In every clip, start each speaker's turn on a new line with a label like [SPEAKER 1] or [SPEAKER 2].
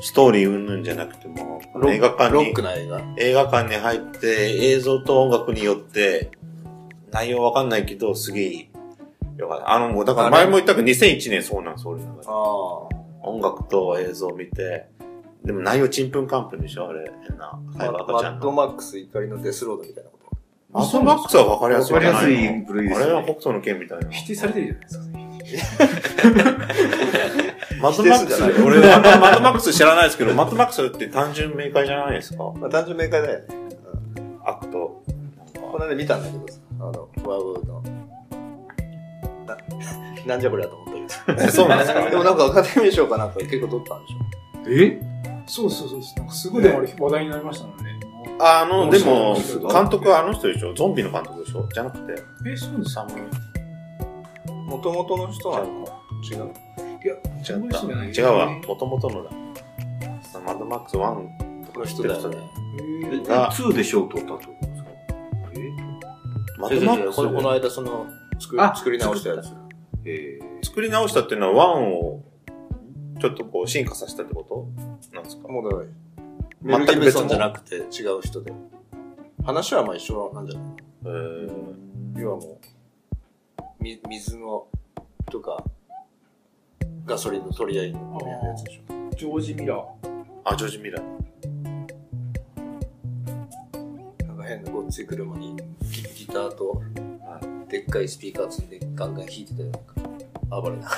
[SPEAKER 1] ストーリー云々じゃなくても、映画館
[SPEAKER 2] ロッ
[SPEAKER 1] に
[SPEAKER 2] ク、な映画
[SPEAKER 1] 映画館に入って映像と音楽によって、内容わかんないけど、すげえよかった。あの、もうだから前も言ったけど2001年そうなんです、俺の中で。
[SPEAKER 2] あ
[SPEAKER 1] 音楽と映像を見て、でも内容ちんぷんかんぷんでしょあれ、変な。
[SPEAKER 3] マ
[SPEAKER 1] 会話赤ちゃん
[SPEAKER 3] ッド
[SPEAKER 1] の。
[SPEAKER 3] マックス怒りのデスロードみたいなこと
[SPEAKER 1] マッドマックスはわかりやすいよね。
[SPEAKER 2] わかりやすい部類です
[SPEAKER 1] あ
[SPEAKER 2] よね
[SPEAKER 1] れは北斗の剣みたいな
[SPEAKER 4] に。。否定されてるじゃないですか、ね。
[SPEAKER 1] マッドマックスじゃない俺はマッドマックス知らないですけど、マッドマックスって単純明快じゃないですか
[SPEAKER 3] まあ単純明快だよね
[SPEAKER 1] アクト。
[SPEAKER 3] この間見たんだけどさあのワウワウのななんじゃこりゃと思ったけ
[SPEAKER 1] えそうなんです
[SPEAKER 3] どでも
[SPEAKER 1] か
[SPEAKER 3] なんかアカデミー賞かなんか結構取ったんでしょ
[SPEAKER 4] えそうそうそうそう。なんかすごいでもあれ話題になりましたもんね。
[SPEAKER 1] あの、でも
[SPEAKER 4] 面白い、
[SPEAKER 1] 監督はあの人でしょゾンビの監督でしょじゃなくて、
[SPEAKER 4] え、そうです
[SPEAKER 1] サム。
[SPEAKER 3] もともとの人なのか違う
[SPEAKER 4] いや、
[SPEAKER 1] 違
[SPEAKER 4] そういう人じゃない
[SPEAKER 1] った。違うわ。もともとのだ。マッドマックス1と
[SPEAKER 3] この
[SPEAKER 1] か知っ
[SPEAKER 3] 人
[SPEAKER 1] て
[SPEAKER 3] だ
[SPEAKER 1] る人
[SPEAKER 3] よ
[SPEAKER 1] だ
[SPEAKER 3] ね
[SPEAKER 4] え
[SPEAKER 2] ー
[SPEAKER 4] ー
[SPEAKER 1] あ
[SPEAKER 2] 2で賞取ったってことですか
[SPEAKER 1] マ
[SPEAKER 2] 違
[SPEAKER 1] ッ
[SPEAKER 2] う
[SPEAKER 1] ド
[SPEAKER 2] 違う
[SPEAKER 1] マッ
[SPEAKER 2] 違
[SPEAKER 1] ク
[SPEAKER 2] う
[SPEAKER 1] ス
[SPEAKER 2] このこの間その作
[SPEAKER 4] あ
[SPEAKER 2] 作り直したやつ
[SPEAKER 4] え
[SPEAKER 1] 作り直したっていうのは、ワンを、ちょっとこう、進化させたってことなんですか
[SPEAKER 3] もうだからメル・ギ
[SPEAKER 1] 全く
[SPEAKER 3] ブ
[SPEAKER 1] 別
[SPEAKER 3] ソン
[SPEAKER 1] 物
[SPEAKER 3] じゃなくて違う人で話はまあ一緒なんじゃない
[SPEAKER 1] えー、
[SPEAKER 3] 要はもうみ水のとかガソリンの取り合いのやつでしょ
[SPEAKER 4] ー、ジョージ・ミラー。
[SPEAKER 1] あ、ジョージ・ミラー。
[SPEAKER 3] なんか変なごっつい車にギギターと
[SPEAKER 1] は
[SPEAKER 3] でっかいスピーカー積んでガンガン弾いてたよなんか暴れなが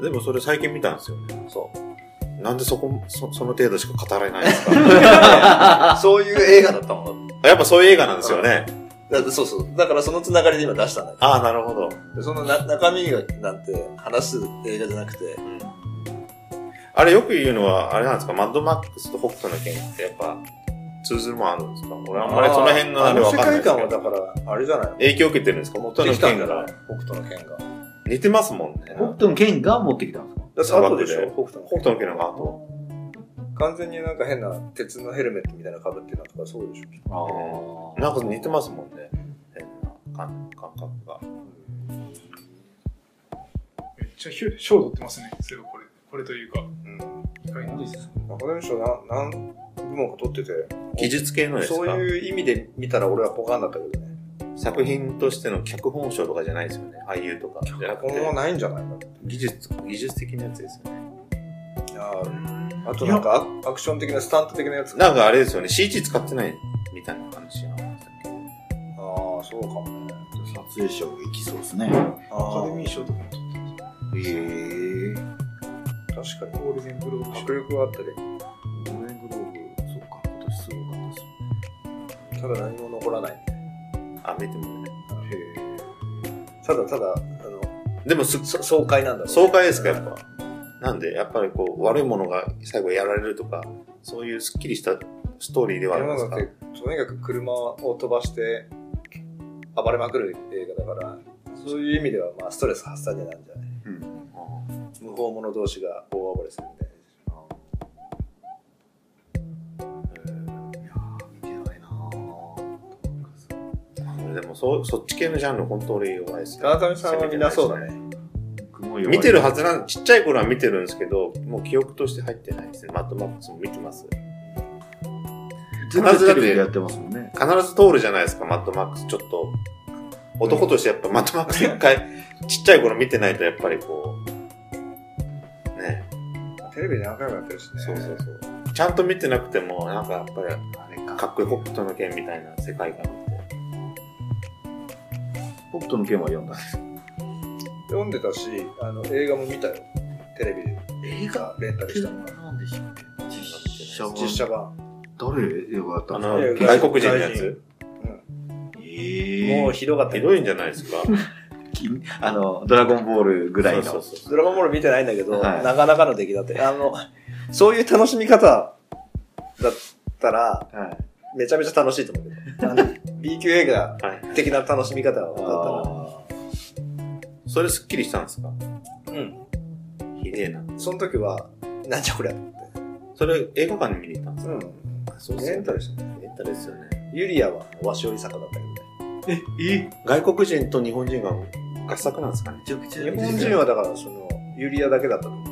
[SPEAKER 1] でもそれ最近見たんですよね。
[SPEAKER 3] らそう
[SPEAKER 1] なんでそこ、そその程度しか語られないんですか
[SPEAKER 3] そういう映画だったもん
[SPEAKER 1] やっぱそういう映画なんですよね。
[SPEAKER 3] だってそうそうだからそのつながりで今出したんだけ
[SPEAKER 1] ああ、なるほど。
[SPEAKER 3] どそのな中身がなんて話す映画じゃなくて
[SPEAKER 1] あれよく言うのは、あれなんですか、マッドマックスと北斗の剣ってやっぱ、通ずるもんあるんですか俺あんまりその辺のあれわかんない
[SPEAKER 3] あ
[SPEAKER 1] で
[SPEAKER 3] の世界
[SPEAKER 1] す
[SPEAKER 3] 観
[SPEAKER 1] け
[SPEAKER 3] は
[SPEAKER 1] ど。
[SPEAKER 3] だからあれじゃない
[SPEAKER 1] 影響受けてるんですか北斗
[SPEAKER 3] で
[SPEAKER 1] の
[SPEAKER 3] きたん
[SPEAKER 1] 剣
[SPEAKER 3] じゃない
[SPEAKER 1] が。
[SPEAKER 3] 北斗の剣がだか
[SPEAKER 1] 似てますもんね。
[SPEAKER 2] 北斗の剣が持ってきたんですから
[SPEAKER 1] 砂
[SPEAKER 3] 後
[SPEAKER 1] 漠
[SPEAKER 3] で
[SPEAKER 1] で
[SPEAKER 3] しょ北斗の
[SPEAKER 1] 北
[SPEAKER 3] 剣
[SPEAKER 1] 斗の剣の方が後。
[SPEAKER 3] 完全になんか変な鉄のヘルメットみたいなの被ってるのとかそうでしょ
[SPEAKER 2] あー
[SPEAKER 1] なんか似てますもんね。変な感感覚が。
[SPEAKER 4] めっちゃひゅ賞取ってますね。それはこれ。これというか。
[SPEAKER 3] うん
[SPEAKER 4] 意外なんです
[SPEAKER 3] アカデミー賞何何部門か取ってて
[SPEAKER 1] 技術系のですか
[SPEAKER 3] そういう意味で見たら俺はポカンだったけどね
[SPEAKER 1] 作品としての脚本賞とかじゃないですよね。俳優とか。じゃなく
[SPEAKER 3] 今後
[SPEAKER 1] て、
[SPEAKER 3] ないんじゃないか
[SPEAKER 1] 技術、技術的なやつですよね。
[SPEAKER 3] ああとなんかアアクション的なスタント的なやつ
[SPEAKER 1] なん
[SPEAKER 3] あ
[SPEAKER 1] かあれですよね、CG 使ってないみたいな感じなんでしたっけ
[SPEAKER 3] あそうかもね
[SPEAKER 2] 撮影賞いきそうですね
[SPEAKER 4] ア
[SPEAKER 3] ア
[SPEAKER 4] カ
[SPEAKER 3] カ
[SPEAKER 4] デ
[SPEAKER 3] デミ
[SPEAKER 4] ミー賞とかも取ってますよ。
[SPEAKER 2] へえ
[SPEAKER 3] ー確か
[SPEAKER 4] ゴールデングローブ
[SPEAKER 3] に
[SPEAKER 4] 賞
[SPEAKER 3] 迫。力はあったで
[SPEAKER 2] ゴールデングローブそうか今年すごかったです
[SPEAKER 3] ただ何も残らない
[SPEAKER 1] あ、見てもね。
[SPEAKER 3] ただただあの
[SPEAKER 1] でもす、
[SPEAKER 3] そ爽快なんだろうね
[SPEAKER 1] 爽快ですか、やっぱ。なんで、やっぱりこう、悪いものが最後やられるとか、そういうスッキリしたストーリーではあ
[SPEAKER 3] 世
[SPEAKER 1] るん
[SPEAKER 3] の
[SPEAKER 1] ですか
[SPEAKER 3] 中ってとにかく車を飛ばして暴れまくる映画だからそういう意味ではまあストレス発散になるんじゃない無法者同士が大暴れするみたいな
[SPEAKER 2] ねいやー見てないなー
[SPEAKER 1] うんでもそ、そっち系のジャンル、本当に弱いですね
[SPEAKER 3] 川上さんはみんなそうだね。
[SPEAKER 2] 僕ももう
[SPEAKER 1] 見てるはずなん、ちっちゃい頃は見てるんですけど、もう記憶として入ってないですね。マッドマックスも見てます。
[SPEAKER 2] ず
[SPEAKER 1] 必ずだって
[SPEAKER 2] テレビでやってますもんね。
[SPEAKER 1] 必ず通るじゃないですか、マッドマックス。ちょっと、男としてやっぱマッドマックス一回、ちっちゃい頃見てないとやっぱりこう、ね、
[SPEAKER 3] テレビで何回もやってるしね。
[SPEAKER 1] そうそうそう。ちゃんと見てなくても、なんかやっぱり、あれか、かっこいい北斗の剣みたいな世界観って。
[SPEAKER 2] 北斗の剣は読んだ。
[SPEAKER 3] 読んでたし、あの、映画も見たよ。テレビで。映画レンタルしたのかな。
[SPEAKER 2] なんでしょう実写版。
[SPEAKER 3] 実写版。
[SPEAKER 2] 誰映画だった
[SPEAKER 1] あ
[SPEAKER 2] んです
[SPEAKER 1] の、
[SPEAKER 3] いや
[SPEAKER 1] 外国人のや
[SPEAKER 3] 外
[SPEAKER 1] つ。
[SPEAKER 3] 人
[SPEAKER 2] か
[SPEAKER 3] もう
[SPEAKER 2] え
[SPEAKER 3] ひどかった
[SPEAKER 1] ひ
[SPEAKER 3] よ
[SPEAKER 1] どいんじゃないです か。
[SPEAKER 2] ー、あの、ドラゴンボールぐらいの。
[SPEAKER 1] そうそうそう
[SPEAKER 3] ドラゴンボール見てないんだけど、
[SPEAKER 2] はい
[SPEAKER 3] なかなかの出来だって。あの、そういう楽しみ方だったら、
[SPEAKER 2] はい。
[SPEAKER 3] めちゃめちゃ楽しいと思うけど。あの B 級映画
[SPEAKER 1] はい。
[SPEAKER 3] 的な楽しみ方だったら、
[SPEAKER 2] あ
[SPEAKER 1] それすっきりしたんですか
[SPEAKER 3] うん。
[SPEAKER 1] ひでえな。
[SPEAKER 3] その時は、なんじゃこりゃと思って。
[SPEAKER 1] それ映画館で見に行ったんですか
[SPEAKER 3] うん。
[SPEAKER 1] そう
[SPEAKER 3] レンタルした。
[SPEAKER 1] レンタルですよね。
[SPEAKER 3] ユリアは和紙織坂だったけどね。
[SPEAKER 1] え外国人と日本人が合作なんですかね
[SPEAKER 2] めちゃくちゃ
[SPEAKER 3] 日本人はだから、その、ユリアだけだったと思う。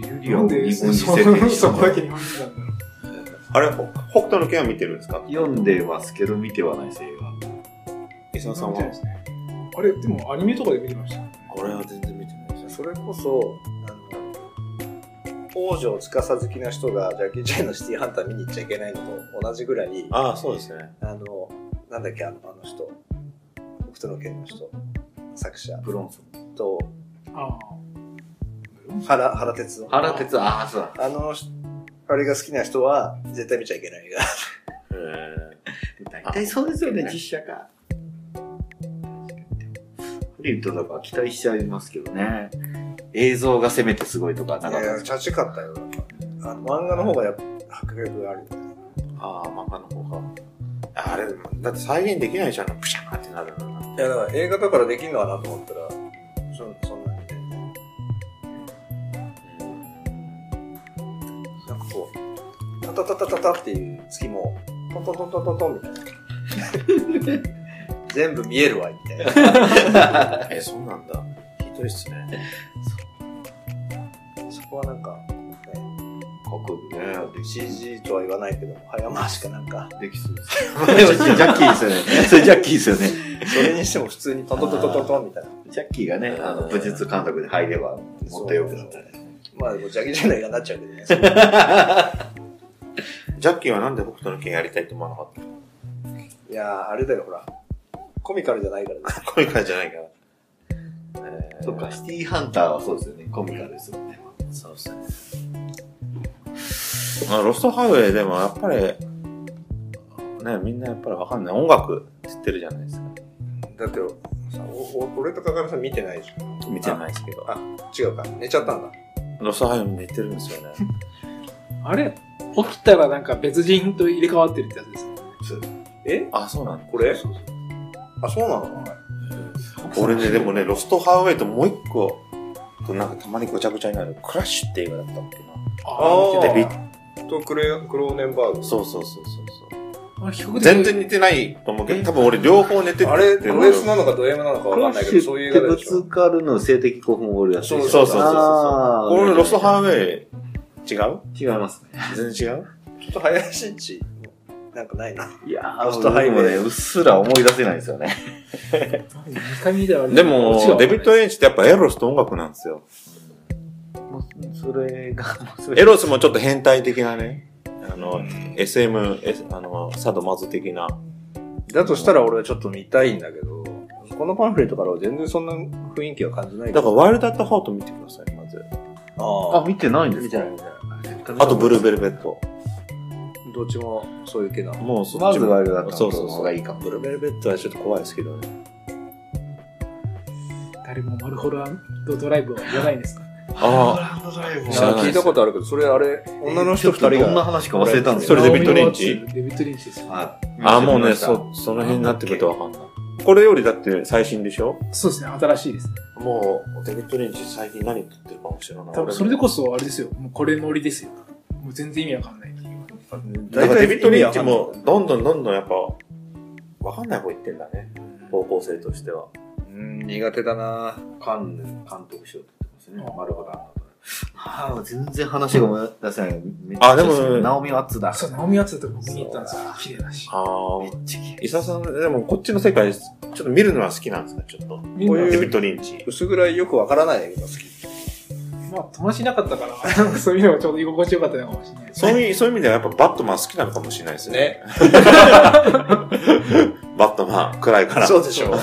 [SPEAKER 2] でユリ
[SPEAKER 4] な
[SPEAKER 2] アを日本
[SPEAKER 4] んで、
[SPEAKER 2] に
[SPEAKER 4] そ
[SPEAKER 2] 設定した
[SPEAKER 4] そ
[SPEAKER 2] の
[SPEAKER 4] こだけ日本人なんだろう。
[SPEAKER 1] あれ、ほ北斗の拳は見てるんですか
[SPEAKER 2] 読んでますけど見てはないです映画。
[SPEAKER 1] 石野さん
[SPEAKER 4] 見
[SPEAKER 1] は
[SPEAKER 4] てないですねあれ、でもアニメとかで見てました。
[SPEAKER 1] 俺は全然見てないです。
[SPEAKER 3] それこそ、あの、王女を司好きな人がジャッキー・チェンのシティーハンター見に行っちゃいけないのと同じぐらい、
[SPEAKER 1] ああ、そうですね。
[SPEAKER 3] あの、なんだっけ、あのあの人、北斗の拳の人、作者
[SPEAKER 2] ブロンソン。
[SPEAKER 3] と
[SPEAKER 4] あ
[SPEAKER 3] 原原哲夫。
[SPEAKER 2] 原哲、ああ、そうだ。
[SPEAKER 3] あの人、あれが好きな人は絶対見ちゃいけない映画。
[SPEAKER 1] へえ
[SPEAKER 2] 大体そうですよね、実写化。ハリウッドだから期待しちゃいますけどね。映像がせめてすごいとか、なんかった
[SPEAKER 3] いや、
[SPEAKER 2] です
[SPEAKER 3] チャチかったよ。あの漫画の方がやっぱ迫力がある。
[SPEAKER 1] ああ、漫画の方が。あれ、だって再現できないじゃん。プシャーってなるのな。
[SPEAKER 3] いや、だから映画だからできんのかなと思ったら、そそんなに全然。なんかこう、タタタタタタっていう月も、トントントントントントンみたいな。全部見えるわ、みたいな。
[SPEAKER 1] え、そうなんだ。ひどいっすね。
[SPEAKER 3] そこはなんか、
[SPEAKER 2] かっこよくね。
[SPEAKER 3] CG とは言わないけども、早回しかなんか、
[SPEAKER 2] できそう です。ジャッキーですよね。それジャッキーですよね。
[SPEAKER 3] それにしても普通にトントントントントントンみたいな。
[SPEAKER 2] ジャッキーがね、あの、武術監督で入れば、もっと良くなったね。
[SPEAKER 3] まあ、ジャギジャの映画になっちゃうけどね。そ
[SPEAKER 1] ジャッキーはなんで北斗の拳やりたいと思わなかったの
[SPEAKER 3] ういやー、あれだよ、ほら。コミカルじゃないからね。
[SPEAKER 1] こういう感じじゃないから。えー
[SPEAKER 2] そっか、。シティーハンターはそうですよね。コミカルですよね。
[SPEAKER 1] そうっすね。まあ、ロストハイウェイでもやっぱり、ね、みんなやっぱりわかんない。音楽知ってるじゃないですか。
[SPEAKER 3] だってさおお俺とかかみさん見てないでし
[SPEAKER 1] 見てないですけど。
[SPEAKER 3] あょ。違うか。寝ちゃったんだ。
[SPEAKER 1] ロストハイウェイも寝てるんですよね。
[SPEAKER 4] あ。あれ、起きたらなんか別人と入れ替わってるってやつですよね。
[SPEAKER 3] え
[SPEAKER 1] あ、そうなんだ。
[SPEAKER 3] これあ、そうなの
[SPEAKER 1] 俺ね、でもね、ロストハイウェイともう一個、なんかたまにごちゃごちゃになる、クラッシュって映画だったっけな。
[SPEAKER 3] あ
[SPEAKER 1] で、ビ
[SPEAKER 3] ー
[SPEAKER 1] ッ
[SPEAKER 3] とクレクローネンバーグ。
[SPEAKER 1] そうそうそうそう
[SPEAKER 4] あれ比較
[SPEAKER 1] そう。
[SPEAKER 4] 的
[SPEAKER 1] 全然似てないと思うけど、多分俺両方寝てる
[SPEAKER 3] あれ、
[SPEAKER 1] ってい
[SPEAKER 3] ド
[SPEAKER 1] うの
[SPEAKER 3] S なのかド M なのかわかんないけど、そういう映画でし
[SPEAKER 2] ぶ
[SPEAKER 3] ょ
[SPEAKER 2] つ。かるの性的興奮を俺やって
[SPEAKER 3] そう
[SPEAKER 1] そうそうそう
[SPEAKER 2] あー
[SPEAKER 1] 俺ロストハイウェイ、違う
[SPEAKER 2] 違いますね。
[SPEAKER 1] 全然違う
[SPEAKER 3] ちょっと林んち、なんかないな。
[SPEAKER 2] いやー、
[SPEAKER 3] ロストハイウェイ
[SPEAKER 2] 僕もね、うっすら思い出せないんですよ ね。
[SPEAKER 4] 2回見たら
[SPEAKER 1] でも、デビッド・
[SPEAKER 4] エ
[SPEAKER 1] エリンチってやっぱエロスと音楽なんですよ。
[SPEAKER 2] それが、そ
[SPEAKER 1] エロスもちょっと変態的なね、あの、SM、S- あの、サドマズ的な。
[SPEAKER 3] だとしたら俺はちょっと見たいんだけど、このパンフレットからは全然そんな雰囲気は感じない
[SPEAKER 1] だから、ワイルド・アット・ハート見てください、まず。
[SPEAKER 3] あ
[SPEAKER 2] あ、
[SPEAKER 3] あ、
[SPEAKER 2] 見てないんです
[SPEAKER 3] 見て
[SPEAKER 2] か
[SPEAKER 3] ない見てない。
[SPEAKER 1] あと、ブルーベルベット。
[SPEAKER 3] どっちもそういう系なの。
[SPEAKER 1] もうそ
[SPEAKER 2] ま
[SPEAKER 1] っち
[SPEAKER 2] ず
[SPEAKER 1] も
[SPEAKER 2] ワイルドだった
[SPEAKER 1] そう
[SPEAKER 2] の
[SPEAKER 1] そう
[SPEAKER 2] 方
[SPEAKER 1] そ
[SPEAKER 2] が
[SPEAKER 1] う。
[SPEAKER 2] いいかも。
[SPEAKER 1] ブルーベルベットはちょっと怖いですけどね。
[SPEAKER 4] 誰もマルホランドドライブを言わないんですか
[SPEAKER 1] ああ、知らない
[SPEAKER 3] 聞いたことあるけど、それあれ、女の人二人
[SPEAKER 2] ちょっとどんな
[SPEAKER 3] が。
[SPEAKER 2] 話か忘れたんです
[SPEAKER 1] それデビッドリン
[SPEAKER 4] チ
[SPEAKER 1] チ
[SPEAKER 4] デビッド・リンチですよ。
[SPEAKER 2] はい
[SPEAKER 1] ああ、もうね、そ、その辺になってくるとわかんない。これよりだって最新でしょ
[SPEAKER 4] そうですね、新しいですね。
[SPEAKER 1] もう、デビッド・リンチ最近何撮ってるかもしれない。
[SPEAKER 4] 多分それでこそあれですよ、もうこれ乗りですよ。もう全然意味わかんないっていう。
[SPEAKER 1] だからデビッド・リンチも、どんどんどんどんやっぱ、わかんない方行ってんだね。方向性としては。
[SPEAKER 3] ううん、苦手だな
[SPEAKER 2] カンヌ監督賞って言ってますね。丸子さんだったら。ああ、全然話が思い出せない。めっちゃ
[SPEAKER 1] あでも
[SPEAKER 2] 好きナオミ・ワッツだ。
[SPEAKER 4] そう、ナオミワッツだと僕見に行ったんですよ。綺麗だし。
[SPEAKER 1] あ
[SPEAKER 2] め
[SPEAKER 1] あ。
[SPEAKER 2] っちゃ綺麗。
[SPEAKER 1] 伊沢さん、でもこっちの世界、ちょっと見るのは好きなんですかちょっと。
[SPEAKER 4] みんな
[SPEAKER 3] こう
[SPEAKER 1] デ
[SPEAKER 3] い
[SPEAKER 1] ビ
[SPEAKER 3] う
[SPEAKER 1] ッド・リンチ。
[SPEAKER 3] 薄暗いよくわからない映画が好き。
[SPEAKER 4] まあ、友達いなかったから、なん かそういうのがちょうど居心地よかったのかもしれないです
[SPEAKER 1] そ
[SPEAKER 4] ね。
[SPEAKER 1] ういう、そういう意味ではやっぱバットマン好きなのかもしれないですね。
[SPEAKER 3] ね。
[SPEAKER 1] バットマン、暗いから。
[SPEAKER 3] そうでしょう。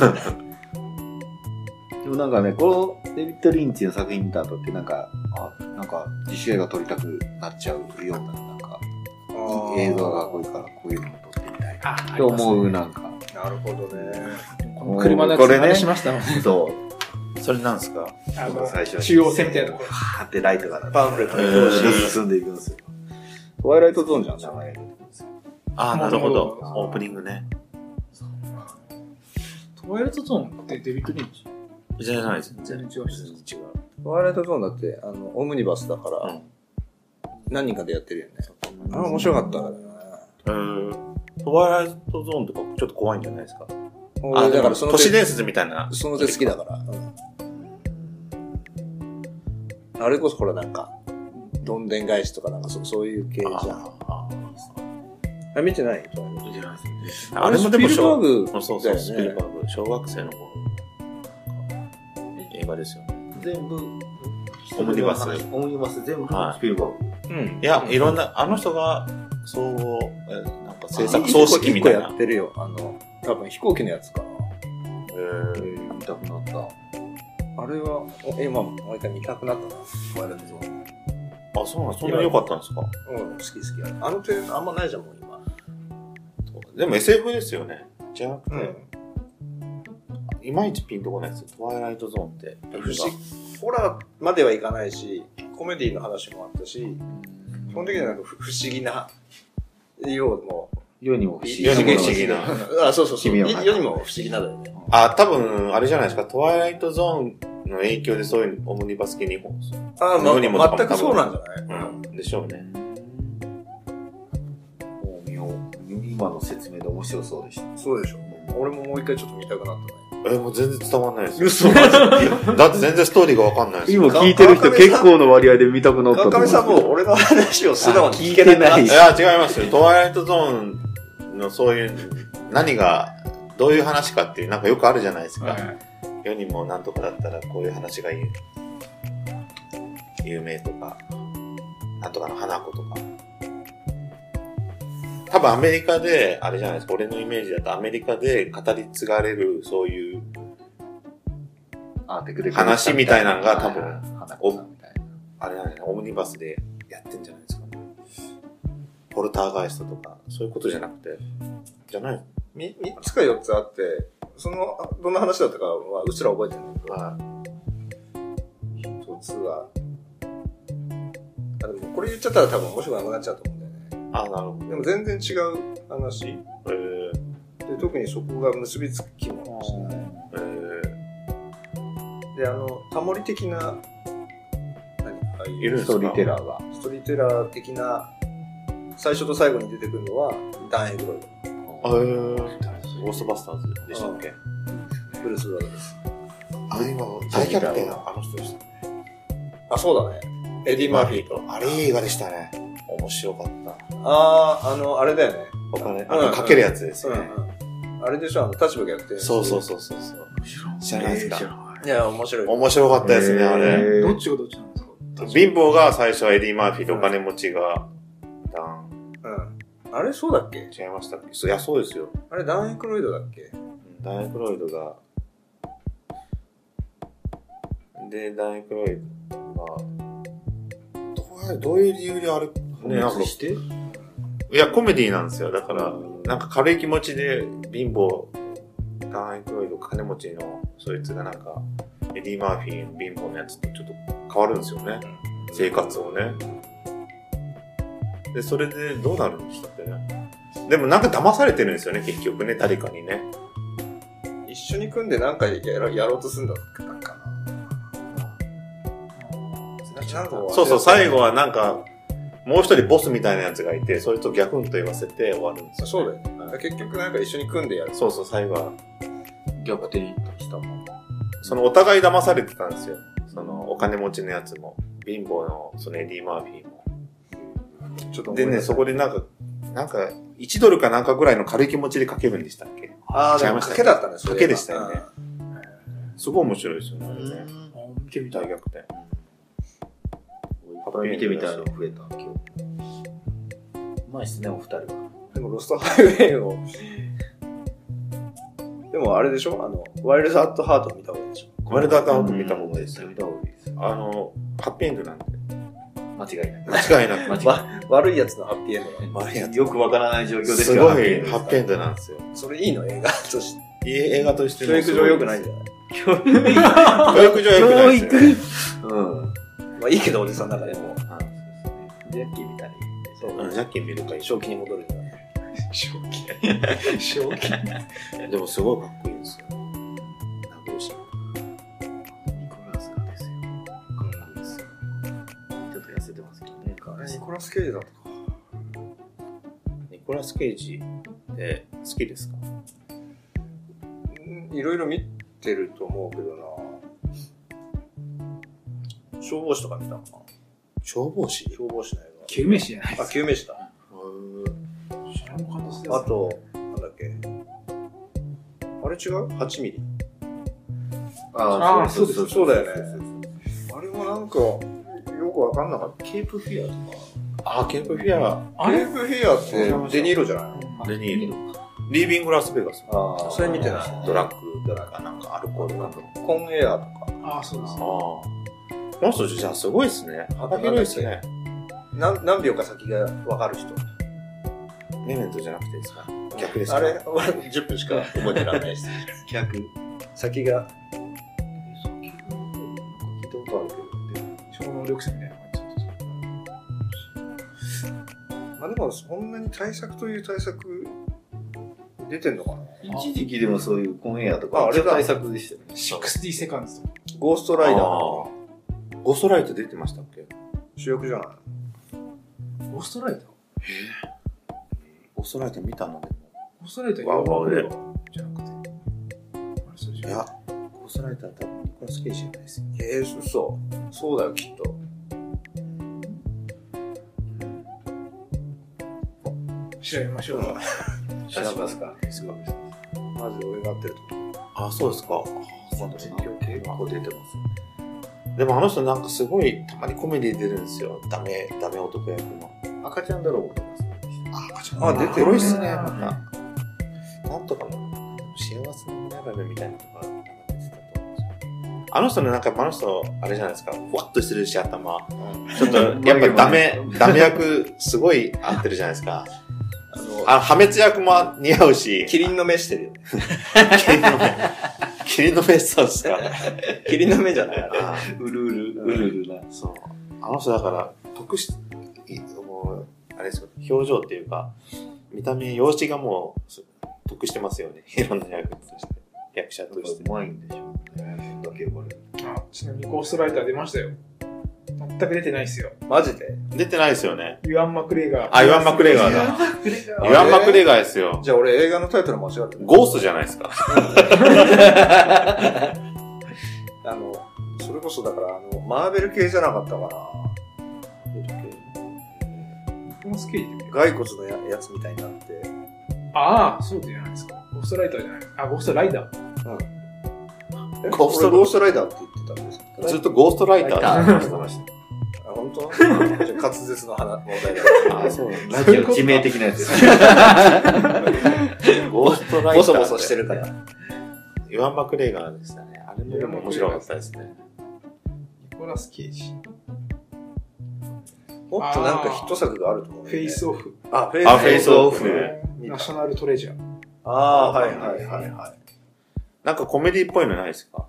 [SPEAKER 2] でもなんかね、このデビッド・リンチの作品見た後ってなんか、あ、なんか自主映画撮りたくなっちゃうような、なんか、いい映像がこういうから、こういうのを撮ってみたい
[SPEAKER 4] あ、
[SPEAKER 2] っ
[SPEAKER 4] あ
[SPEAKER 2] て
[SPEAKER 4] りますね
[SPEAKER 2] 思う、なんか。
[SPEAKER 3] なるほどね。
[SPEAKER 4] この車のや
[SPEAKER 2] こ
[SPEAKER 4] つ
[SPEAKER 2] れね
[SPEAKER 4] 話しましたもん。
[SPEAKER 2] そう。
[SPEAKER 1] それなんですか
[SPEAKER 4] あの、
[SPEAKER 2] 最初に
[SPEAKER 4] 中央線みたいなところ。
[SPEAKER 2] はーってライトがなって
[SPEAKER 3] パンフレット
[SPEAKER 1] う
[SPEAKER 3] の
[SPEAKER 1] ん
[SPEAKER 3] 表紙。
[SPEAKER 2] 進んでいくんですよ。トワイライトゾーンじゃん、名前。
[SPEAKER 1] ああ、な
[SPEAKER 4] な
[SPEAKER 1] る
[SPEAKER 4] る
[SPEAKER 1] ほ
[SPEAKER 4] ほ
[SPEAKER 1] ど
[SPEAKER 4] ど。
[SPEAKER 1] オープニングね。
[SPEAKER 4] トワイライトゾーンってデビッド・リンチ
[SPEAKER 1] じゃないです。
[SPEAKER 4] 全然違う人
[SPEAKER 1] 違う。
[SPEAKER 3] トワイライトゾーンだって、あの、オムニバスだから、
[SPEAKER 1] うん
[SPEAKER 3] 何人かでやってるよね。あれ面白かったからね。
[SPEAKER 1] えー、トワイライトゾーンとかちょっと怖いんじゃないですかあ、
[SPEAKER 3] 俺
[SPEAKER 1] だ
[SPEAKER 3] だ
[SPEAKER 1] か
[SPEAKER 3] からら
[SPEAKER 1] そ
[SPEAKER 3] そ
[SPEAKER 1] の
[SPEAKER 3] の
[SPEAKER 1] 都
[SPEAKER 3] 手
[SPEAKER 1] 市伝説みたいな。
[SPEAKER 3] その手好きだから。うんあれこそほらなんか、どんでん返しとかなんかそそういう系じゃん。
[SPEAKER 1] あ
[SPEAKER 3] あ、見てない
[SPEAKER 1] ーじゃないですね
[SPEAKER 3] あれもでもスピルバーグだよ
[SPEAKER 1] そう
[SPEAKER 3] ね。
[SPEAKER 1] そうそう、スピルバーグ。小学生の頃。映画ですよね。
[SPEAKER 2] 全部、
[SPEAKER 1] オムニバス
[SPEAKER 2] オムニバス全部
[SPEAKER 1] はい
[SPEAKER 2] スピルバーグ。
[SPEAKER 3] うん。
[SPEAKER 1] いや、い
[SPEAKER 3] ん
[SPEAKER 1] ろんな、あの人が、総合、えーなんか制
[SPEAKER 3] あ
[SPEAKER 1] 作葬式みたい
[SPEAKER 3] 一個
[SPEAKER 1] な
[SPEAKER 3] やっ。てるよ。あの、多分飛行機のやつか
[SPEAKER 1] えー
[SPEAKER 2] うん見たくなった。
[SPEAKER 3] な。あれは、おえ、まあ、もう一回見たくなったな。トワイライトゾーン。
[SPEAKER 1] あ、そうなんそんなに良かったんですか
[SPEAKER 3] うん、好き好き。あの手あんまないじゃん、もう今。
[SPEAKER 1] でも SF ですよね。じゃなくて、
[SPEAKER 3] うん。
[SPEAKER 1] いまいちピンとこないですよ。トワイライトゾーンって。
[SPEAKER 3] 不思議ホラーまではいかないし、コメディの話もあったし、基本的にはなんか不不思議な、ようも、
[SPEAKER 2] 世にも不思議
[SPEAKER 1] 世にも不思議
[SPEAKER 2] な。
[SPEAKER 1] な。
[SPEAKER 3] あ、そうそうそう。
[SPEAKER 2] 君は
[SPEAKER 3] 世にも不思議なだよね。
[SPEAKER 1] あ、多分、あれじゃないですか。トワイライトゾーンの影響でそういうオムニバス系日本。
[SPEAKER 3] あ
[SPEAKER 1] 世にもとかも
[SPEAKER 3] 全くそうなんじゃ
[SPEAKER 1] う
[SPEAKER 3] ない、
[SPEAKER 1] ん。でしょうね。
[SPEAKER 2] もう見よう今の説明で面白そうでした。
[SPEAKER 3] そうでしょ。俺ももう一回ちょっと見たくなったね。
[SPEAKER 1] え、もう全然伝わんないですよ。
[SPEAKER 3] 嘘マジ
[SPEAKER 1] だって全然ストーリーがわかんないですよ。
[SPEAKER 2] 今
[SPEAKER 3] 聞いてる人結構
[SPEAKER 2] の割合で見たくな
[SPEAKER 3] 川上さんもう俺の話を素直に聞けなくなっ
[SPEAKER 2] あ聞い
[SPEAKER 3] て
[SPEAKER 1] い
[SPEAKER 2] て
[SPEAKER 3] た。
[SPEAKER 1] や、違いますよ。トワイライトゾーンのそういう、何が、どういう話かっていう、なんかよくあるじゃないですか。
[SPEAKER 4] はい
[SPEAKER 1] 世にもなんとかだったらこういう話がいい有名とかなんとかの花子とか多分アメリカであれじゃないですか俺のイメージだとアメリカで語り継がれるそういう
[SPEAKER 2] あ、テクテク
[SPEAKER 1] 話みたいなのが多分
[SPEAKER 2] 花子さんみたいな。
[SPEAKER 1] あれなんじゃないオムニバスでやってんじゃないですかポルターガイストとかそういうことじゃなくてじゃない
[SPEAKER 3] み三つか四つあって、その、あどんな話だったかはうちら覚えてるんだけど、
[SPEAKER 1] は
[SPEAKER 3] 一つは、あ、でもこれ言っちゃったら多分面白くなくなっちゃうと思うんだよ
[SPEAKER 1] い
[SPEAKER 3] ね。
[SPEAKER 1] あなるほど
[SPEAKER 3] でも全然違う話で、
[SPEAKER 1] えー
[SPEAKER 3] 特にそこが結びつきもしない。
[SPEAKER 1] えー
[SPEAKER 3] で、あの、タモリ的な、何ああい
[SPEAKER 1] いるん
[SPEAKER 3] う
[SPEAKER 1] で
[SPEAKER 2] ス
[SPEAKER 1] す
[SPEAKER 2] ト
[SPEAKER 1] か
[SPEAKER 2] ーリーテラーが。
[SPEAKER 3] ストーリーテラー的な、最初と最後に出てくるのは、ダン・エイドロイ
[SPEAKER 1] えーゴーストバスターズでしたっけ
[SPEAKER 3] ド、ブルース・ブラザーです。
[SPEAKER 1] あれ今
[SPEAKER 2] 大逆転の
[SPEAKER 1] あの人でした
[SPEAKER 3] あ、そうだね。エディ・マーフィーと。
[SPEAKER 1] あれいい映画でしたね。面白かった。
[SPEAKER 3] ああ、あの、あれだよね。
[SPEAKER 1] お金、
[SPEAKER 3] うん
[SPEAKER 1] あ
[SPEAKER 3] う
[SPEAKER 1] の、
[SPEAKER 3] ん
[SPEAKER 1] かけるやつですよね。
[SPEAKER 3] うんうん。あれでしょ、あの、立場がやってる。
[SPEAKER 1] そうそうそうそうそう。知らないですか。
[SPEAKER 3] う。いや、面白い。
[SPEAKER 1] 面白かったですね、
[SPEAKER 2] へー
[SPEAKER 1] あれ。
[SPEAKER 4] どっちがどっちなんですか
[SPEAKER 1] 貧乏が最初はエディ・マーフィーでお金持ちが、ダン、
[SPEAKER 3] うん。あれ、そうだっけ
[SPEAKER 1] 違いましたっけそういや、そうですよ。
[SPEAKER 3] あれ、ダン・エイクロイドだっけ
[SPEAKER 1] ダン・エクロイドが、で、ダン・エクロイドが、どうやどういう理由であれ、ね、なんか、
[SPEAKER 2] 話
[SPEAKER 1] い
[SPEAKER 2] して
[SPEAKER 1] や、コメディなんですよ。だから、なん
[SPEAKER 2] か、
[SPEAKER 1] か軽い気持ちで貧乏ダン・エクロイド金持ちのそいつがなんかエディ・マーフィーの貧乏のやつとちょっと変わるんですよね生活をねでそれでどうなるんでしたっけねでもなんか騙されてるんですよね結局ね誰かにね
[SPEAKER 3] 一緒に組んでなんかやろやろうとするんだったかな。
[SPEAKER 1] そうそう最後はなんかもう一人ボスみたいなやつがいてそれとギャフンと言わせて終わるんです
[SPEAKER 3] そう
[SPEAKER 1] よ、
[SPEAKER 3] だよね。結局なんか一緒に組んでやる。
[SPEAKER 1] そうそう最後は
[SPEAKER 2] 逆転したもん。
[SPEAKER 1] そのお互い騙されてたんですよ。そのお金持ちのやつも、貧乏のそのエディ・マーフィーも。
[SPEAKER 3] ちょっと
[SPEAKER 1] でね、そこ
[SPEAKER 3] で。
[SPEAKER 1] でなんか、なんか、1ドルかなんかぐらいの軽い気持ちで書けるんでしたっけ
[SPEAKER 3] ああ、
[SPEAKER 1] 違
[SPEAKER 3] で
[SPEAKER 1] い
[SPEAKER 3] も
[SPEAKER 1] ました
[SPEAKER 3] 賭けだったね、それが
[SPEAKER 1] 賭けでしたよね。すごい面白いですよね、あれね。
[SPEAKER 4] 見てみた
[SPEAKER 1] 大
[SPEAKER 4] い。
[SPEAKER 1] 逆転。
[SPEAKER 2] これ見てみたいの増えた、今日。うまいっすね、お二人は。
[SPEAKER 3] うんでも、ロストハイウェイを。でも、あれでしょあの、ワイルドアットハートを見た方がいいでしょ
[SPEAKER 1] ワイルドアカウント見た方がいいですよ
[SPEAKER 2] 見。た方がいいです。
[SPEAKER 1] あの、ハッピーエンドなんで。
[SPEAKER 2] 間違いない。
[SPEAKER 1] 間違いなく。
[SPEAKER 2] 間違い
[SPEAKER 3] わ悪いやつのハッピーエンドだね。
[SPEAKER 1] マリア
[SPEAKER 2] ない。よくわからない状況です
[SPEAKER 1] すごいハッピーエンドなんですよ。
[SPEAKER 3] それいいの映画として。
[SPEAKER 1] いい映画としても
[SPEAKER 3] 教育上良くないんじゃない
[SPEAKER 2] 教育上
[SPEAKER 1] 教育上良くないですよ
[SPEAKER 2] う
[SPEAKER 1] ね。
[SPEAKER 2] ん。
[SPEAKER 3] まあいいけど、おじさんだからでも、
[SPEAKER 2] あそうですねジャッキーみたいに。
[SPEAKER 3] そう
[SPEAKER 1] うんジャッキー見るかいい
[SPEAKER 3] 正気に戻るんじゃない
[SPEAKER 4] 正気。正気。
[SPEAKER 1] でもすごいかっこいいですよ。なんかどうした
[SPEAKER 2] ニコラスがですよ。かっこいいですよ。ちょっと痩せてますけどね。かわいい
[SPEAKER 3] ニコラス・ケイジだとか。
[SPEAKER 1] ニコラス・ケイジって好きですか
[SPEAKER 3] うんいろいろ見てると思うけどな消防士とか見たのかな
[SPEAKER 1] 消防士
[SPEAKER 3] 消防士の映
[SPEAKER 4] 救命士じゃない。
[SPEAKER 3] 画。あ、救命士だ。
[SPEAKER 4] それも感動する
[SPEAKER 3] あと、なんだっけ。あれ違う ?8 ミリ。
[SPEAKER 2] あ
[SPEAKER 4] あーそうです
[SPEAKER 3] そうだよね。あれもなんか、よくわかんなかった。ケープフィアとか。
[SPEAKER 1] あ、ケンプ・フィア。
[SPEAKER 4] あ
[SPEAKER 3] ケ
[SPEAKER 4] れ
[SPEAKER 3] ープフィアってデニーロじゃないの
[SPEAKER 1] デニール。リービング・ラスベガス。
[SPEAKER 3] あそれ見てない。
[SPEAKER 1] ドラッグ、ドラッグ、なんかアルコールなんか。
[SPEAKER 3] コンエアとか。
[SPEAKER 4] ああ、そうです。
[SPEAKER 1] ああ。この人、じゃあすごいですね。幅広いですね。
[SPEAKER 3] なん何秒か先がわかる人。
[SPEAKER 1] メメントじゃなくてですか逆ですか
[SPEAKER 3] あれ、 俺10分しか覚えてられないです。
[SPEAKER 2] 逆。
[SPEAKER 3] 先が。
[SPEAKER 2] 聞いたことあるけど。
[SPEAKER 4] 超能力者みたいな感じ。
[SPEAKER 3] まあでも、そんなに対策という対策、出てんのかな
[SPEAKER 2] 一時期でもそういうコンエアと
[SPEAKER 3] あ
[SPEAKER 2] か、
[SPEAKER 3] あれだ
[SPEAKER 2] 対策でしたよね。
[SPEAKER 4] 60セカンズとか。
[SPEAKER 3] ゴーストライダー
[SPEAKER 1] あーゴーストライト出てましたっけ
[SPEAKER 3] 主役じゃない
[SPEAKER 4] オーストラリアだ
[SPEAKER 1] ゴーストライト見たので
[SPEAKER 4] オーストラリアと
[SPEAKER 1] ワウワウで
[SPEAKER 4] じゃなくて。あれ、それじ
[SPEAKER 1] い
[SPEAKER 4] ゃ
[SPEAKER 1] や、ゴーストライターは多分ニコラス・ケイジじゃないですよ。
[SPEAKER 3] ええー、そう。そうだよ、きっと。
[SPEAKER 4] 調べましょう。
[SPEAKER 3] 調べますか。
[SPEAKER 1] すごい
[SPEAKER 3] まず俺が合ってると思う。
[SPEAKER 1] あ、そうですか。
[SPEAKER 2] 今度勉強系が出てます。
[SPEAKER 1] でもあの人なんかすごい、たまにコメディ出るんですよ。ダメ、ダメ男役の。
[SPEAKER 2] 赤ちゃんだろうとかそういう人
[SPEAKER 1] あ、赤ちゃ
[SPEAKER 3] んあ出てる
[SPEAKER 1] 黒いっすね、なんか。なんとかの、幸せの並べみたいなのとか、なんか出てたと思うんですよ。あの人のなんか、あの人、あれじゃないですか、ふわっとしてるし、頭。ちょっと、やっぱダメ、ダメ役、すごい合ってるじゃない ですか。
[SPEAKER 3] あの、
[SPEAKER 1] あ、破滅役も似合うし。
[SPEAKER 3] キリンの目してるよね。
[SPEAKER 1] キリンの目。キリンの目そうですか。
[SPEAKER 3] キリンの目じゃないあれ
[SPEAKER 1] あ
[SPEAKER 2] うるうる、うるうるな。
[SPEAKER 1] ーそう。あの人だから、特殊、いもう、あれですよ、表情っていうか、見た目、容姿がもうす、得してますよね。 いろんな役として。役者として。
[SPEAKER 2] うまいんでしょうね。だけ呼ばれる。
[SPEAKER 4] あちなみにオーストラリア出ましたよ。全く出てないっすよ。
[SPEAKER 3] マジで
[SPEAKER 1] 出てないですよね。
[SPEAKER 4] ユアン・マクレーガー。
[SPEAKER 1] あ、ユアン・マクレーガーだ。ユアン・マクレーガーですよ。
[SPEAKER 3] じゃあ俺映画のタイトル間違ってる。
[SPEAKER 1] ゴーストじゃないですか。
[SPEAKER 3] あの、それこそだから、あの、マーベル系じゃなかったかな。
[SPEAKER 4] このスケールで見る
[SPEAKER 3] 骸骨のややつみたいになって。
[SPEAKER 4] ああ、そうじゃないですか。オーストラリアじゃない。あ、オーストラリア。
[SPEAKER 3] え
[SPEAKER 1] ゴースト
[SPEAKER 3] 俺ゴーストライダーって言ってたんですけど
[SPEAKER 1] ずっとゴーストライターだと思ってまし
[SPEAKER 3] あ、本当じゃあ滑舌の話問題だ。
[SPEAKER 1] た。あ、そうなんだ。
[SPEAKER 2] ラジオ致命的なやつ。
[SPEAKER 1] ゴーストライター。
[SPEAKER 3] ボソボソしてるから。。
[SPEAKER 1] ユアン・マクレーガーでしたね。あれもでも面白かったですね。
[SPEAKER 4] ニコラス・ケイジ。
[SPEAKER 3] もっとなんかヒット作があると思う、
[SPEAKER 4] フ
[SPEAKER 3] ね。
[SPEAKER 4] ェイスオフ。
[SPEAKER 3] あ、フェイス
[SPEAKER 1] あフェイスオフ
[SPEAKER 4] ナショナルトレジャー。
[SPEAKER 3] ああー、はいはいはいはい。
[SPEAKER 1] なんかコメディっぽいのないですか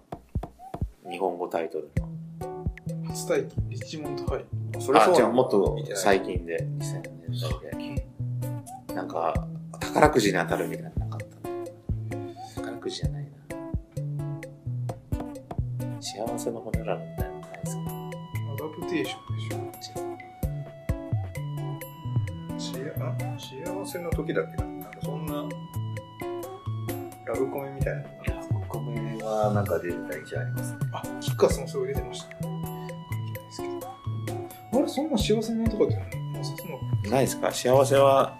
[SPEAKER 1] 日本語タイトルの。
[SPEAKER 4] 初体験。リッチモンド・ハイ。
[SPEAKER 3] そ
[SPEAKER 1] あ、
[SPEAKER 3] な
[SPEAKER 1] じゃあ
[SPEAKER 3] の
[SPEAKER 1] もっと
[SPEAKER 3] 見てない
[SPEAKER 1] 最近で、2000年代で。なんか、宝くじに当たるみたいなのなかった。宝くじじゃないな。幸せのホネラルみたいなのないですか
[SPEAKER 4] アダプテーションでしょ。
[SPEAKER 3] 幸幸せの時だっけななんかそんなラブコメみたいなのが
[SPEAKER 1] いや、僕は
[SPEAKER 2] はなんか出てた印象ありますね。
[SPEAKER 4] あ、キッカーさんもそれ出てましたね。関係ないですけど。あれ、そんな幸せなとかってなさそうな。
[SPEAKER 1] ないですか幸せは、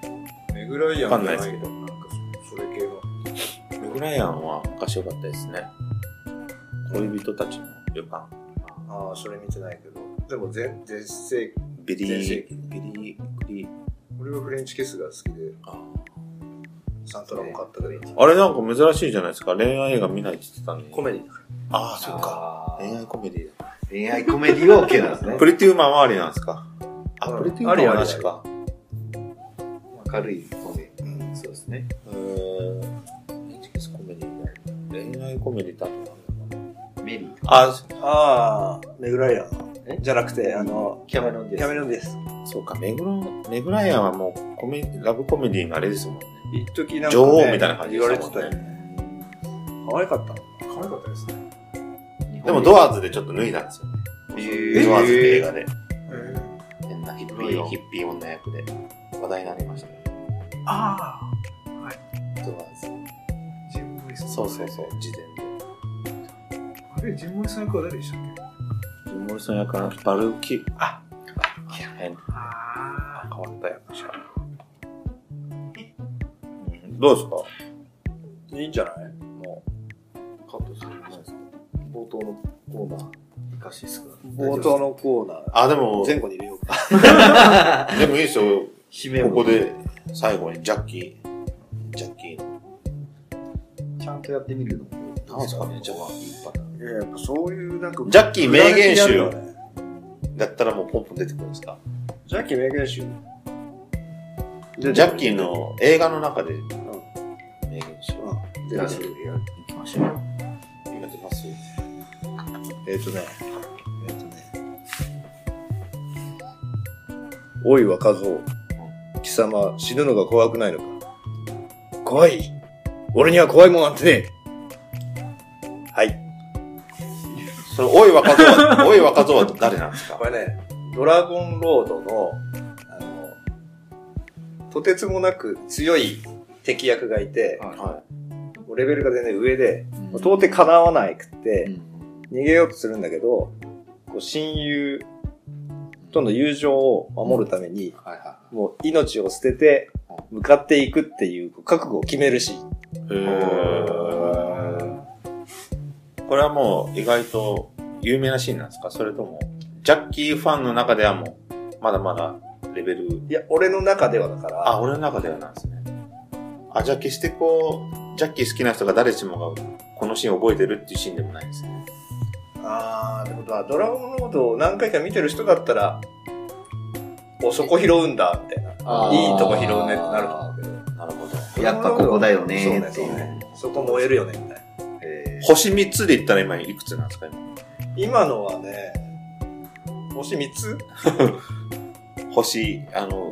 [SPEAKER 3] メグライアン
[SPEAKER 1] わかんないですけど
[SPEAKER 3] なんかそれ系の。
[SPEAKER 1] メグライアンは昔良かったですね。恋人たちの旅館。
[SPEAKER 3] ああ、それ見てないけど。でも全、全盛期。
[SPEAKER 1] ビリ
[SPEAKER 3] 全盛期
[SPEAKER 1] ー、ビリー、クリー。
[SPEAKER 3] 俺はフレンチキスが好きで、
[SPEAKER 1] あ
[SPEAKER 3] サントラも買ったけど。
[SPEAKER 1] あれなんか珍しいじゃないですか。恋愛映画見ないって言ってたんで。
[SPEAKER 3] メディだか
[SPEAKER 1] ああ、そ
[SPEAKER 2] そうう
[SPEAKER 1] か。
[SPEAKER 2] か。
[SPEAKER 1] 恋愛コメディだ。
[SPEAKER 2] 恋愛コメディは OK なんですね
[SPEAKER 1] プ。リティウーマンはありなんですかあ、
[SPEAKER 3] うん
[SPEAKER 1] プリティウーマンはなしか。
[SPEAKER 2] 明るいコメディ。そうですね。
[SPEAKER 1] えー、NHK コメディ恋愛コメディだとなんだろう
[SPEAKER 2] メリーとか。
[SPEAKER 1] な。あ、
[SPEAKER 3] ら。ああ、メグライア
[SPEAKER 2] え
[SPEAKER 3] ン。じゃなくて、あの、
[SPEAKER 2] キャメロンです。
[SPEAKER 3] キャメロンです。
[SPEAKER 1] そうか、メグロ、メグライアンはもうコメ、ラブコメディのあれですもんね。
[SPEAKER 3] 一時なんか、ね、
[SPEAKER 1] 女王みたいな感じ
[SPEAKER 3] 言
[SPEAKER 1] で
[SPEAKER 3] わ
[SPEAKER 1] した
[SPEAKER 3] れて
[SPEAKER 1] もん
[SPEAKER 3] たよ。
[SPEAKER 1] ね。
[SPEAKER 3] 可愛かったの。
[SPEAKER 4] 可愛かったですね。
[SPEAKER 1] でもドアーズでちょっと脱いだんですよね。
[SPEAKER 2] え
[SPEAKER 1] ドアーズって映
[SPEAKER 2] ー、
[SPEAKER 1] 画
[SPEAKER 4] え
[SPEAKER 1] で。変なヒッピ
[SPEAKER 2] ロイ
[SPEAKER 1] ー、
[SPEAKER 2] ド
[SPEAKER 1] ヒッピー女役で話題になりましたね。
[SPEAKER 4] ああ。
[SPEAKER 1] ドア
[SPEAKER 4] ジム・モリソ
[SPEAKER 1] ー
[SPEAKER 4] ン。
[SPEAKER 1] ズ。そうそうそう、事前で。
[SPEAKER 4] あれ、ジム・モリソン役は誰でしたっけ
[SPEAKER 1] ジム・モリソン役のバルキ、あ、いや、変、
[SPEAKER 4] あ
[SPEAKER 1] 変わった役者。うんどうですか
[SPEAKER 3] いいんじゃない
[SPEAKER 1] もう、カットする
[SPEAKER 2] 冒頭のコーナー、生かし少な
[SPEAKER 3] 冒頭のコーナー。
[SPEAKER 1] あ、でも、
[SPEAKER 3] 前後に入れようか。
[SPEAKER 1] でもいいですよ。
[SPEAKER 2] 姫
[SPEAKER 1] こ
[SPEAKER 2] を
[SPEAKER 1] こで、最後にジャッキー、ジャッキーの。
[SPEAKER 2] ちゃんとやってみるの
[SPEAKER 1] なんですかね
[SPEAKER 2] ちょっといいパターン。
[SPEAKER 3] いや、やっぱそういう、なんか
[SPEAKER 1] ジャッキー名言集
[SPEAKER 3] 裏抜きになるよね
[SPEAKER 1] だったらもうポンポン出てくるんですか
[SPEAKER 3] ジャッキー名言集。
[SPEAKER 1] ジャッキーの映画の中で、名言集を
[SPEAKER 3] うん。
[SPEAKER 2] じ
[SPEAKER 3] で
[SPEAKER 2] ゃあ、それでやっていきましょう。
[SPEAKER 1] 言われてます。
[SPEAKER 3] えっ、とね、えっ、とね、おい若造、貴様死ぬのが怖くないのか。怖い俺には怖いもんなんてねえはい。
[SPEAKER 1] それ、おい若造は、おい若造は誰なんですか
[SPEAKER 3] これね、ドラゴンロードの、あの、とてつもなく強い敵役がいて、
[SPEAKER 1] は
[SPEAKER 3] もうレベルが全然上で、
[SPEAKER 2] うん
[SPEAKER 3] 到底叶わないくって、
[SPEAKER 2] うん
[SPEAKER 3] 逃げようとするんだけど、こう親友との友情を守るために、
[SPEAKER 2] はいは
[SPEAKER 3] もう命を捨てて向かっていくっていう覚悟を決めるし、
[SPEAKER 1] い。へーこれはもう意外と有名なシーンなんですかそれとも、ジャッキーファンの中ではもう、まだまだレベル、
[SPEAKER 3] いや、俺の中ではだか
[SPEAKER 1] あ、
[SPEAKER 3] ら、
[SPEAKER 1] 俺の中ではなんですね。あ、じゃあ決してこう、ジャッキー好きな人が誰しもがこのシーンを覚えてるっていうシーンでもないんですね。
[SPEAKER 3] あーってことは、ドラゴンロードを何回か見てる人だったら、お、そこ拾うんだ、みたいな。
[SPEAKER 2] あー
[SPEAKER 3] いいとこ拾うねってなると思うけど。
[SPEAKER 1] なるほど。
[SPEAKER 2] い。やっぱここだよ
[SPEAKER 3] そう
[SPEAKER 2] ねーっ
[SPEAKER 3] ね、
[SPEAKER 2] て
[SPEAKER 3] そう
[SPEAKER 2] いう
[SPEAKER 3] ね。そこ燃えるよね、みたいな。
[SPEAKER 2] え
[SPEAKER 1] 星3つで言ったら今いくつなんですか今。
[SPEAKER 3] 今のはね、星3つ
[SPEAKER 1] 星、あの、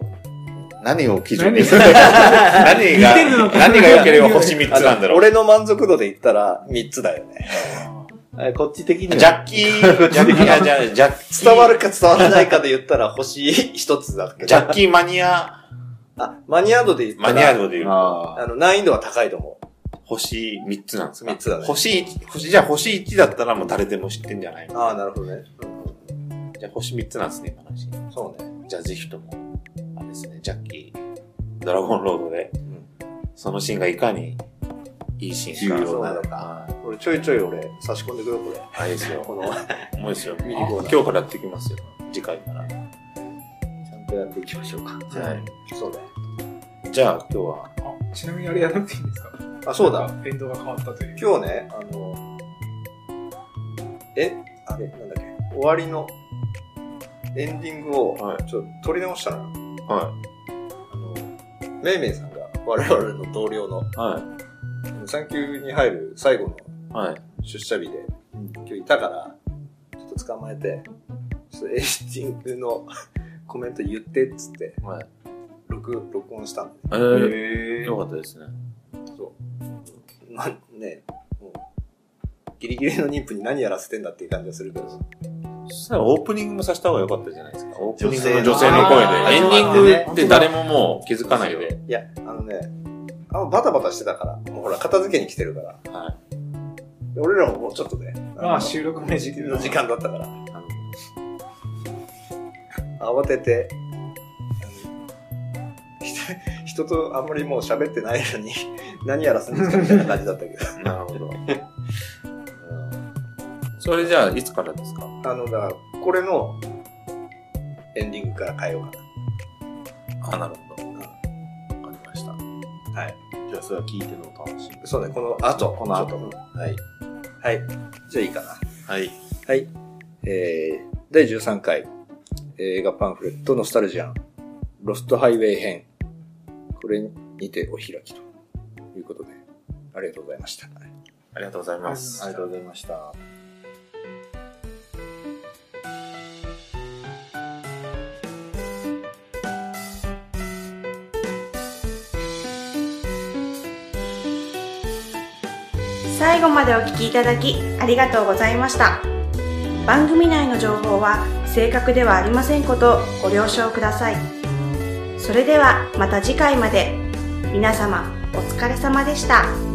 [SPEAKER 1] 何を基準に
[SPEAKER 4] 何
[SPEAKER 1] 何
[SPEAKER 4] 見
[SPEAKER 1] が、
[SPEAKER 4] てるのか
[SPEAKER 1] 何が良ければ星3つなんだろう。
[SPEAKER 3] 俺の満足度で言ったら3つだよね。
[SPEAKER 2] ーえこっち的には
[SPEAKER 1] ジャッキー、ジャッキー、あじゃあジャッキー、
[SPEAKER 3] 伝わるか伝わらないかで言ったら星1つだけど。
[SPEAKER 1] ジャッキーマニア、
[SPEAKER 3] あ、マニア度で言った
[SPEAKER 1] マ
[SPEAKER 3] ら、
[SPEAKER 1] ニア度で言う。
[SPEAKER 2] あ
[SPEAKER 3] あの、難易度は高いと思う。
[SPEAKER 1] 星3つなんですか
[SPEAKER 3] 三つだね
[SPEAKER 1] 星1、星、じゃあ星1だったらもう誰でも知ってんじゃないの
[SPEAKER 3] ああ、なるほどね。
[SPEAKER 1] じゃあ星3つなんですね、今の話。
[SPEAKER 3] そうね。
[SPEAKER 1] じゃあぜひとも、あれですね、ジャッキー、ドラゴンロードで、そのシーンがいかにいいシーン
[SPEAKER 2] 重
[SPEAKER 1] か。
[SPEAKER 2] 要なの
[SPEAKER 1] か。
[SPEAKER 3] 俺、ちょいちょい俺、差し込んでくるこれ。
[SPEAKER 1] あれですよ。
[SPEAKER 3] この、
[SPEAKER 1] もうですよ。
[SPEAKER 3] ミニコーナ
[SPEAKER 1] 今
[SPEAKER 3] ー
[SPEAKER 1] 日からやっていきますよ。次回から。は
[SPEAKER 2] ちゃんとやっていきましょうか。
[SPEAKER 1] い。
[SPEAKER 3] そうね。
[SPEAKER 1] じゃあ今日は、
[SPEAKER 4] あちなみにあれやらなくていいんですか
[SPEAKER 3] あ、そうだ。。
[SPEAKER 4] エンドが変わったという。
[SPEAKER 3] 今日ね、あの、え、あれ、なんだっけ、終わりのエンディングを、
[SPEAKER 1] はい
[SPEAKER 3] ちょっと撮り直したのよ。
[SPEAKER 1] は
[SPEAKER 3] あの、めいめいさんが、我々の同僚の、
[SPEAKER 1] い。は
[SPEAKER 3] 産休に入る最後の
[SPEAKER 1] い。はい。
[SPEAKER 3] 出社日で、
[SPEAKER 2] うん
[SPEAKER 3] 今日いたから、ちょっと捕まえて、ちょっとエンディングの コメント言ってっつって、
[SPEAKER 1] はい。
[SPEAKER 3] 録、録音したの。
[SPEAKER 1] え
[SPEAKER 2] え
[SPEAKER 1] ー、
[SPEAKER 2] ー
[SPEAKER 1] よかったですね。
[SPEAKER 3] そう。まあね、もう、ギリギリの妊婦に何やらせてんだっていう感じがするけど。
[SPEAKER 1] そしたらオープニングもさせた方が良かったじゃないですか。オープニングの
[SPEAKER 2] 女
[SPEAKER 1] 女
[SPEAKER 2] 性
[SPEAKER 1] 性
[SPEAKER 2] の
[SPEAKER 1] の声
[SPEAKER 2] あー
[SPEAKER 1] で。エンディングって誰ももう気づかないで。
[SPEAKER 3] いや、あのね、あバタバタしてたから、もうほら、片付けに来てるから、
[SPEAKER 1] はい。
[SPEAKER 3] で俺らももうちょっとね、
[SPEAKER 4] まあ、
[SPEAKER 3] の
[SPEAKER 4] 収録の時期
[SPEAKER 3] の時間だったから、慌てて、あの人人とあんまりもう喋ってないのに、何やらすんですかみたいな感じだったけど、
[SPEAKER 1] なるほど。それじゃあ、いつからですか
[SPEAKER 3] あの、だから、これのエンディングから変えよう
[SPEAKER 1] あ、
[SPEAKER 3] か
[SPEAKER 1] なるほど。わかりました。
[SPEAKER 2] じゃあそれは聞いてのお楽しみ。
[SPEAKER 3] な。そうね、この後。
[SPEAKER 2] この後
[SPEAKER 3] ちょっとはい。はい。じゃあいいかな。
[SPEAKER 1] はい。
[SPEAKER 3] はい。えー、第13回映画パンフレットノスタルジアン、ロストハイウェイ編。これにてお開きということで、ありがとうございました。
[SPEAKER 1] ありがとうございます。
[SPEAKER 2] ありがとうございました。
[SPEAKER 5] 最後までお聞きいただきありがとうございました番組内の情報は正確ではありませんことをご了承くださいそれではまた次回まで皆様お疲れ様でした。